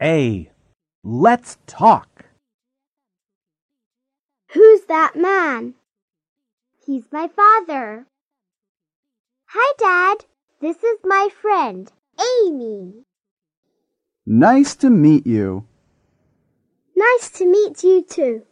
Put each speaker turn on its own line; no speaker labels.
A. Let's talk.
Who's that man? He's my father. Hi, Dad. This is my friend, Amy.
Nice to meet you.
Nice to meet you too.